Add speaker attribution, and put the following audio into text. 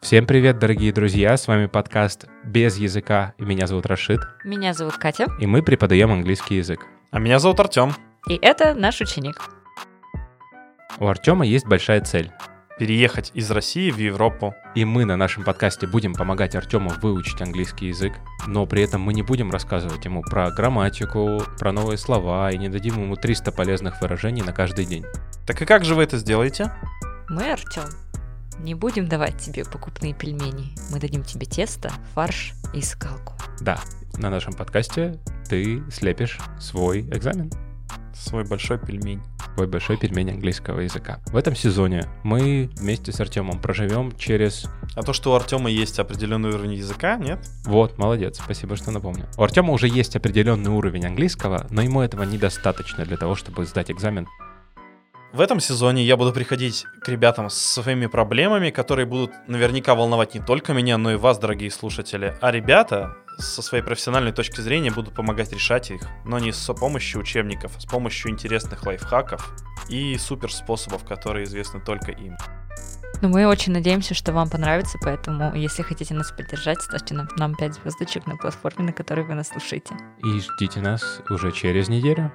Speaker 1: Всем привет, дорогие друзья, с вами подкаст «Без языка» и меня зовут Рашид,
Speaker 2: Меня зовут Катя,
Speaker 1: и мы преподаем английский язык.
Speaker 3: А меня зовут Артем.
Speaker 2: и это наш ученик.
Speaker 1: У Артема есть большая цель,
Speaker 3: Переехать из России в Европу.
Speaker 1: и мы на нашем подкасте будем помогать Артему выучить английский язык, но при этом мы не будем рассказывать ему про грамматику, про новые слова и не дадим ему 300 полезных выражений на каждый день.
Speaker 3: Так и как же вы это сделаете?
Speaker 2: Мы, Артем, не будем давать тебе покупные пельмени. Мы дадим тебе тесто, фарш и скалку.
Speaker 1: Да, на нашем подкасте ты слепишь свой экзамен.
Speaker 3: Свой большой пельмень.
Speaker 1: твой большой пельмень английского языка. В этом сезоне мы вместе с Артемом проживем через...
Speaker 3: А то, что у Артема есть определенный уровень языка, нет?
Speaker 1: Вот, молодец, спасибо, что напомнил. У Артема уже есть определенный уровень английского, но ему этого недостаточно для того, чтобы сдать экзамен.
Speaker 3: В этом сезоне я буду приходить к ребятам со своими проблемами, которые будут наверняка волновать не только меня, но и вас, дорогие слушатели. А ребята со своей профессиональной точки зрения будут помогать решать их, но не с помощью учебников, а с помощью интересных лайфхаков и суперспособов, которые известны только им.
Speaker 2: Но мы очень надеемся, что вам понравится, поэтому если хотите нас поддержать, ставьте нам, нам 5 звездочек на платформе, на которой вы нас слушаете.
Speaker 1: И ждите нас уже через неделю.